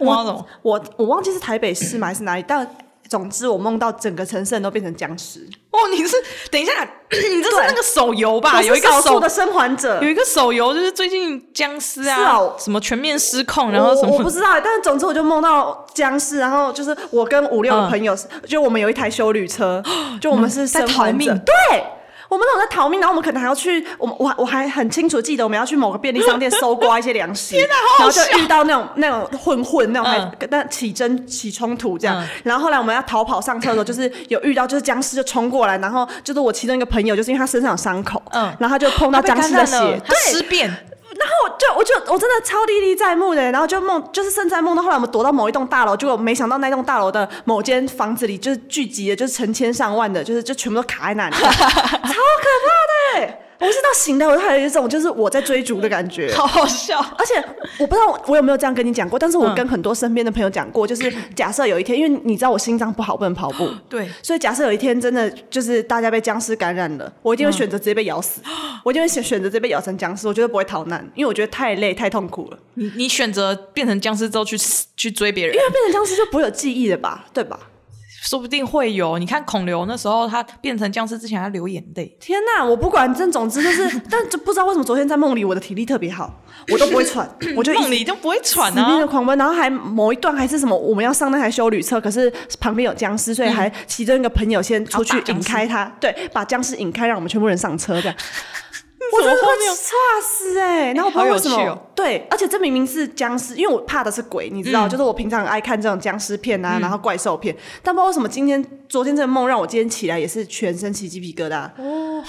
我懂了
我我忘记是台北市吗还是哪里，但总之我梦到整个城市人都变成僵尸，
哦，你是等一下， 你这是
对
那个手游
我
吧？
是
有一个
少数
手
的生还者
有。一个手游就是最近僵尸
是
啊
哦，
什么全面失控，然后什
我我不
么
知道，但是总之我就梦到僵尸，然后就是我跟五六个朋友，就我们有一台修旅车，就我们是生还
你嗯哦
者，
们在逃命
对。我们那种在逃命，然后我们可能还要去，我们我我还很清楚记得我们要去某个便利 商店搜刮一些粮食，
好
然
好
后
笑
就遇到那种那种混混那种还
嗯
跟那起争起冲突这样
嗯，
然后后来我们要逃跑上车的时候，就是有遇到就是僵尸就冲过来，然后就是我其中一个朋友就是因为他身上有伤口，
嗯
然后他就碰
他
到
被
僵
感
尸的
染
血
了，，他
对，
尸变，
然后我就我就我真的超历历在目的，然后就梦就是甚至在梦到后来我们躲到某一栋大楼，结果没想到那栋大楼的某间房子里就是聚集的，就是成千上万的，就是就全部都卡在那里，超可怕的欸。我是到醒来，我就还有一种就是我在追逐的感觉。
好好笑。
而且我不知道我有没有这样跟你讲过，但是我
嗯
跟很多身边的朋友讲过，就是假设有一天，因为你知道我心脏不好，不能跑步，
对，
所以假设有一天真的就是大家被僵尸感染了，我一定会选择直接被咬死，我一定会选选择直接被咬成僵尸，我绝对不会逃难，因为我觉得太累太痛苦了。
你你选择变成僵尸之后去死去追别人
因，为变成僵尸就不会有记忆了吧？对吧？
说不定会有。你看孔刘那时候他变成僵尸之前，他流眼泪。
天哪，我不管，这总之就是，但就不知道为什么昨天在梦里我的体力特别好，我都不会 喘，我就一
梦
直
里就不会喘
死命的
啊！
狂奔，然后还某一段还是什么，我们要上那台修旅车，可是旁边有僵尸，所以还其中一个朋友先出去
啊然后打僵
引
尸
开他，对，把僵尸引开，让我们全部人上车这样。我真的
荒
会
谬
吓死哎、然后我不知道为什
好有趣
么，
哦
对，而且这明明是僵尸，因为我怕的是鬼，你知
嗯
道，就是我平常很爱看这种僵尸片啊，然后怪兽片，但不知道为什么今天昨天这个梦让我今天起来也是全身起鸡皮疙瘩，
哦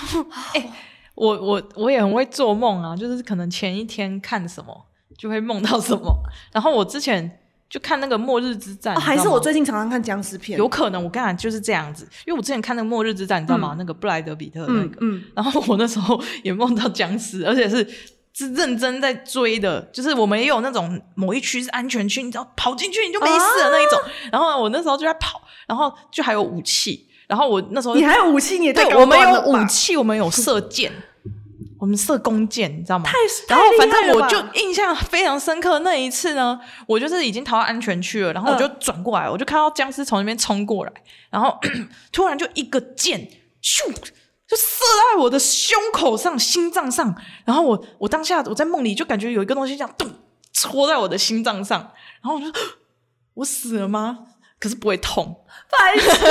我我我也很会做梦啊，就是可能前一天看什么就会梦到什么， 然后我之前就看那个《末日之战》
啊还
你知
是
道吗
我最近常常看僵尸片，
有可能我跟你讲就是这样子，因为我之前看那个《末日之战》，你知道吗？那个布莱德比特的那
嗯
个，
嗯，
然后我那时候 也梦到僵尸，而且是是认真在追的，就是我们也有那种某一区是安全区，你知道跑进去你就没事了那一种。
啊
然后我那时候就在跑，然后就还有武器，然后我那时候
你还有武器，你也太
对
高
我们
端
有
了吧
武器，我们有射箭。我们射弓箭，你知道吗？
太
然后
厉
反正
害了
我
吧
就印象非常深刻。那一次呢，我就是已经逃到安全区了，然后我就
嗯
转过来，我就看到僵尸从那边冲过来，然后 突然就一个箭，咻，就射在我的胸口上、心脏上。然后我我当下我在梦里就感觉有一个东西这样咚戳在我的心脏上，然后我就我死了吗？可是不会痛，
白痴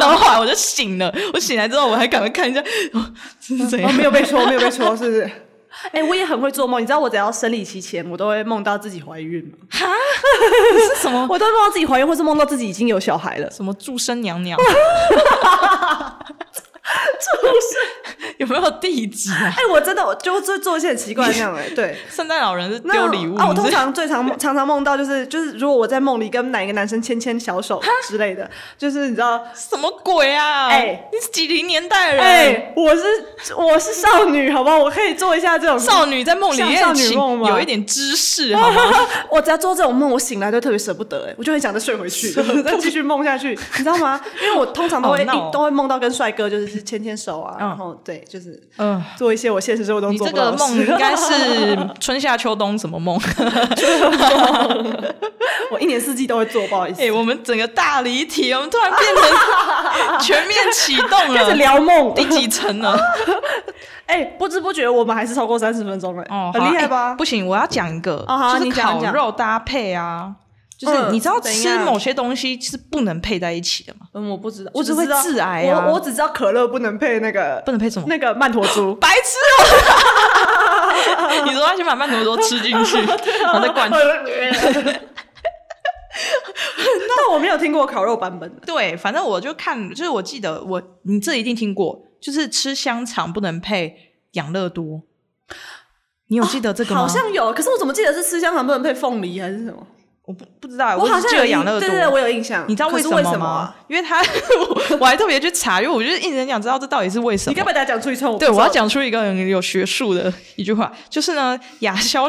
然后后来我就醒了，我醒来之后我还赶快看一下，哦，这是怎
哦
样？
没有被戳，没有被戳，是不是？ 哎、我也很会做梦，你知道我只要生理期前，我都会梦到自己怀孕吗？
是什么
我都会梦到自己怀孕，或是梦到自己已经有小孩了。
什么祝生娘娘？
不是，
有没有地址啊？
哎、我真的我就做做一些很奇怪的那样哎、 对。
圣诞老人是
那
丢礼物，
啊！我
你是
通常最常常常梦到就是就是，如果我在梦里跟哪一个男生牵牵小手之类的，就是你知道，
什么鬼啊？
哎
你是几零年代的人？
哎、我是我是少女，好不好？我可以做一下这种
少女在梦里
像
也
少女
请
梦吗
有一点知识好 吗？
我只要做这种梦，我醒来都特别舍不得、哎，我就很想再睡 回去，再继续梦下去，你知道吗？因为我通常都会、
好闹哦
一都会梦到跟帅哥就是牵牵手啊，
嗯
然后对，就是
嗯，
做一些我现实生活中
你
做
这
不到
个
的
梦
事。
应该是 春夏秋冬什么梦？
我一年四季都会做，不好意思。
哎，我们整个大离题，我们突然变 成全面启动
开始
了，
聊梦，
第几层了？
哎、不知不觉我们还是超过三十分钟了、
哦，
很
好啊
厉害
欸
吧？
不行，我要讲一个，
哦好啊
就是
你讲
烤
你讲
肉搭配啊，就是
嗯
你知道
怎
吃
样
某些东西是不能配在一起的吗？
嗯，我不知道，
我只会
知道
致癌啊
我我只知道可乐不能配那个，
不能配什么？。
那个曼陀珠
白痴哦、 啊你说他先把曼陀罗吃进去， 然后再灌。
但我没有听过烤肉版本的，
对，反正我就看，就是我记得我你这一定听过，就是吃香肠不能配养乐多。你有记得这个吗？
好像有，可是我怎么记得是吃香肠不能配凤梨还是什么？
我不不知道，
啊我好
只
像
记
有
得
印
养乐多。
对对对，我有印象。
你知道
可
为
是
什
为
么
么
吗
啊？？
因为他， 我我还特别去查，因为我就是一直很想知道这到底是为什
你
么
该。把大家讲出一串，
对，
不知
我要
道。
讲出一个很有学术的一句话，就是 呢，亚硝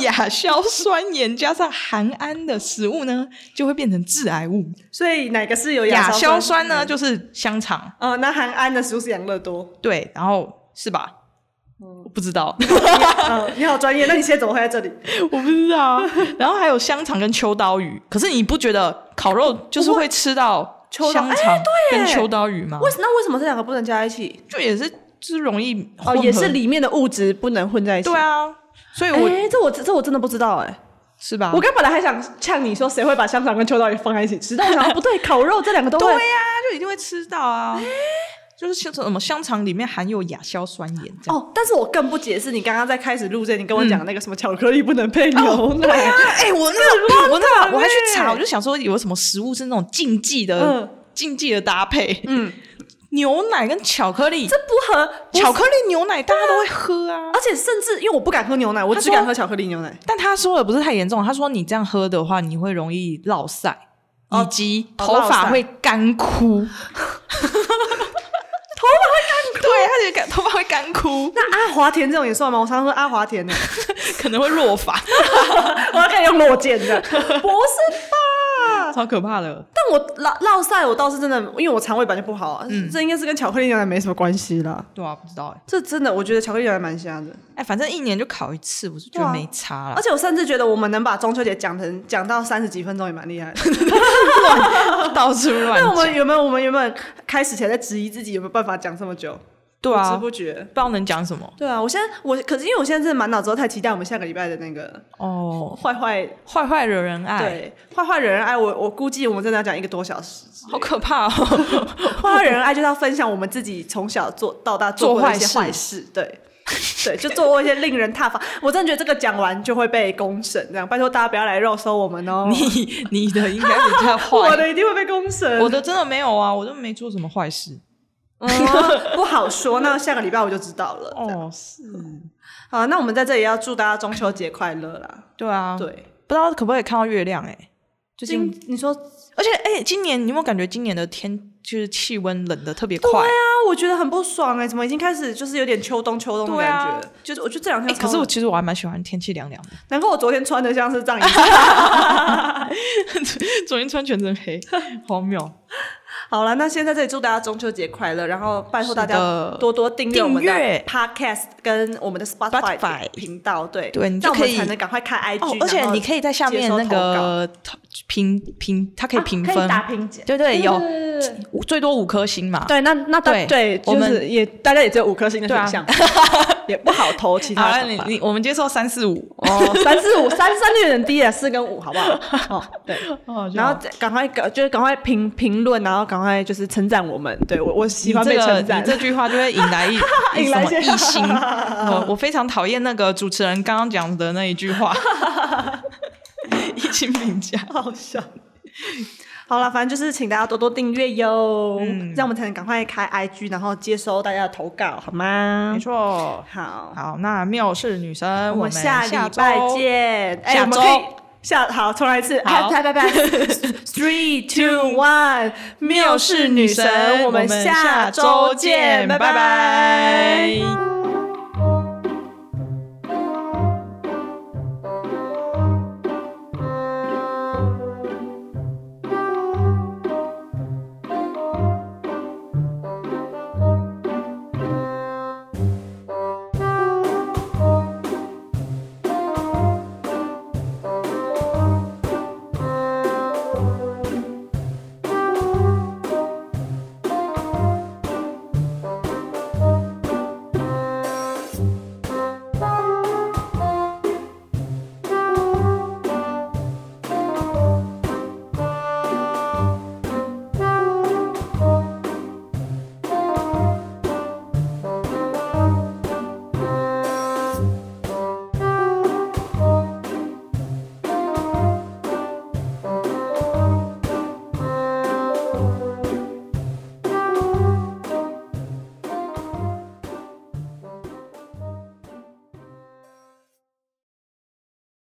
亚硝酸盐加上含胺的食物呢，就会变成致癌物。
所以哪个是有
亚硝
硝
酸嗯呢，
就
就是香肠，
呃，那含氨的食物是养乐多。
对，然后是吧？我不知 道，
嗯，你好专业，那你现在怎么会在这里？
我不知 道。然后还有香肠跟秋刀鱼，可是你不觉得烤肉就是会吃到
秋刀
香
哎
肠跟
耶
秋刀鱼吗？
为什那为什么这两个不能加在一起？
就也是就是容易
哦，
混
也
合
是里面的物质不能混在一起。
对啊，所以
哎、
我、
这我这我真的不知道哎、
是吧？
我刚本来还想呛你说谁会把香肠跟秋刀鱼放在一起 吃，但我想说啊不对，烤肉这两个都
对
会。
呀、就一定会吃到啊。就是像什么香肠里面含有亚硝酸盐这样。
哦，但是我更不解释你刚刚在开始录这，你跟我讲那个什么巧克力不能配牛奶，
哎、我那个我那个我还去查，
欸
我就想说有什么食物是那种禁忌的、
嗯
禁忌的搭配，
嗯，
牛奶跟巧克力
这，不合不是
巧克力牛奶大家都会喝啊。
而且甚至因为我不敢喝牛奶，我
他
只
说
敢喝巧克力牛奶。
但他说的不是太严重，他说你这样喝的话，你会容易落晒，以及
哦
头
落
发
晒
会干枯。头发 会干枯，对，他觉得干头发会干枯，
那阿华田这种也算吗？我常常喝阿华田呢，
可能会落发，
我还可以用落剑的， 不是吧？
超可怕的。
但我落落晒，我倒是真的，因为我肠胃本来就不好啊，这应该是跟巧克力牛奶没什么关系啦。
对啊，不知道哎、
这真的，我觉得巧克力牛奶蛮香的。
哎，反正一年就考一次，我是觉
对
得
啊
没差
而且我甚至觉得我们能把中秋节讲成讲到三十几分钟也蛮厉 害的。
了，到处乱
那我们
讲。
原本我们原本开始前在质疑自己有没有办法讲这么久，
对啊
不知不觉。
不知道能讲什么
对啊，我现在我可是因为我现在真的满脑子都太期待我们下个礼拜的那个
哦，
坏坏
坏坏惹人爱，
对坏坏人爱我我估计我们真的要讲一个多 小时。
好可怕 哦！
坏坏人爱就是要分享我们自己从小做到大做过的一些
做坏
坏事，对。对，就做过一些令人挞伐。我真的觉得这个讲完就会被公审，这样拜托大家不要来肉搜我们哦。
你你的应该比较 坏，
我的一定会被公审，
我的真的没有啊，我都没做什么坏事。
嗯不好说。那下个礼拜我就知道了。这样
哦，是，
好，那我们在这里要祝大家中秋节快乐啦。
对啊，，
对，
不知道可不可以看到月亮哎、最近，
今你说
而且哎、今年你有没有感觉今年的天就是气温冷的特别
对
快？
啊，我觉得很不爽哎、怎么已经开始就是有点秋冬秋冬的
对
感
啊
觉？就是我觉得这两
哎、
天
可
超冷、
是我其实我还蛮喜欢天气凉凉的，
难怪我昨天穿的像是藏羚羊。
昨天穿全身黑， 荒谬。
好了，那先在这里祝大家中秋节快乐，然后拜托大
是
家
的
多多订阅我们的
订阅
Podcast 跟我们的
Spotify
Spotify 频道，对，
对你就可
这样我们
以
才能赶快看 IG，、
哦，而且你可以在下面那个评评，啊它可以评
啊
分，
评减，
对对，有
对对
五最多五颗星嘛。
对，那那大
对
对，
我
就
们
是也大家也只有五颗星的
对啊
选项， 也不好投其
好
他
了，
的
你
吧。
你我们接受三四五
哦，三四五三三就有点低了，四跟五好不 好？哦，对，
哦
然后再赶快赶就是赶快评评论，然后赶快就是称赞我们。对我我喜欢被
你这个
称赞
你，这句话就会引来 一一
引
什
来
么
一些
异 心。我我非常讨厌那个主持人刚刚讲的那一句 话，一心评价。
好笑。好了，反正就是请大家多多订阅哟，
嗯
这样我们才能赶快开 IG，然后接收大家的投稿，好吗
没？错，
好，
好，那妙是女神，
我
我
们下礼
周
拜。见。哎
下
我们
周
可以下好，重来一次。
好
哎拜拜 拜，three two one，妙是女神，我们下周见，拜拜。
拜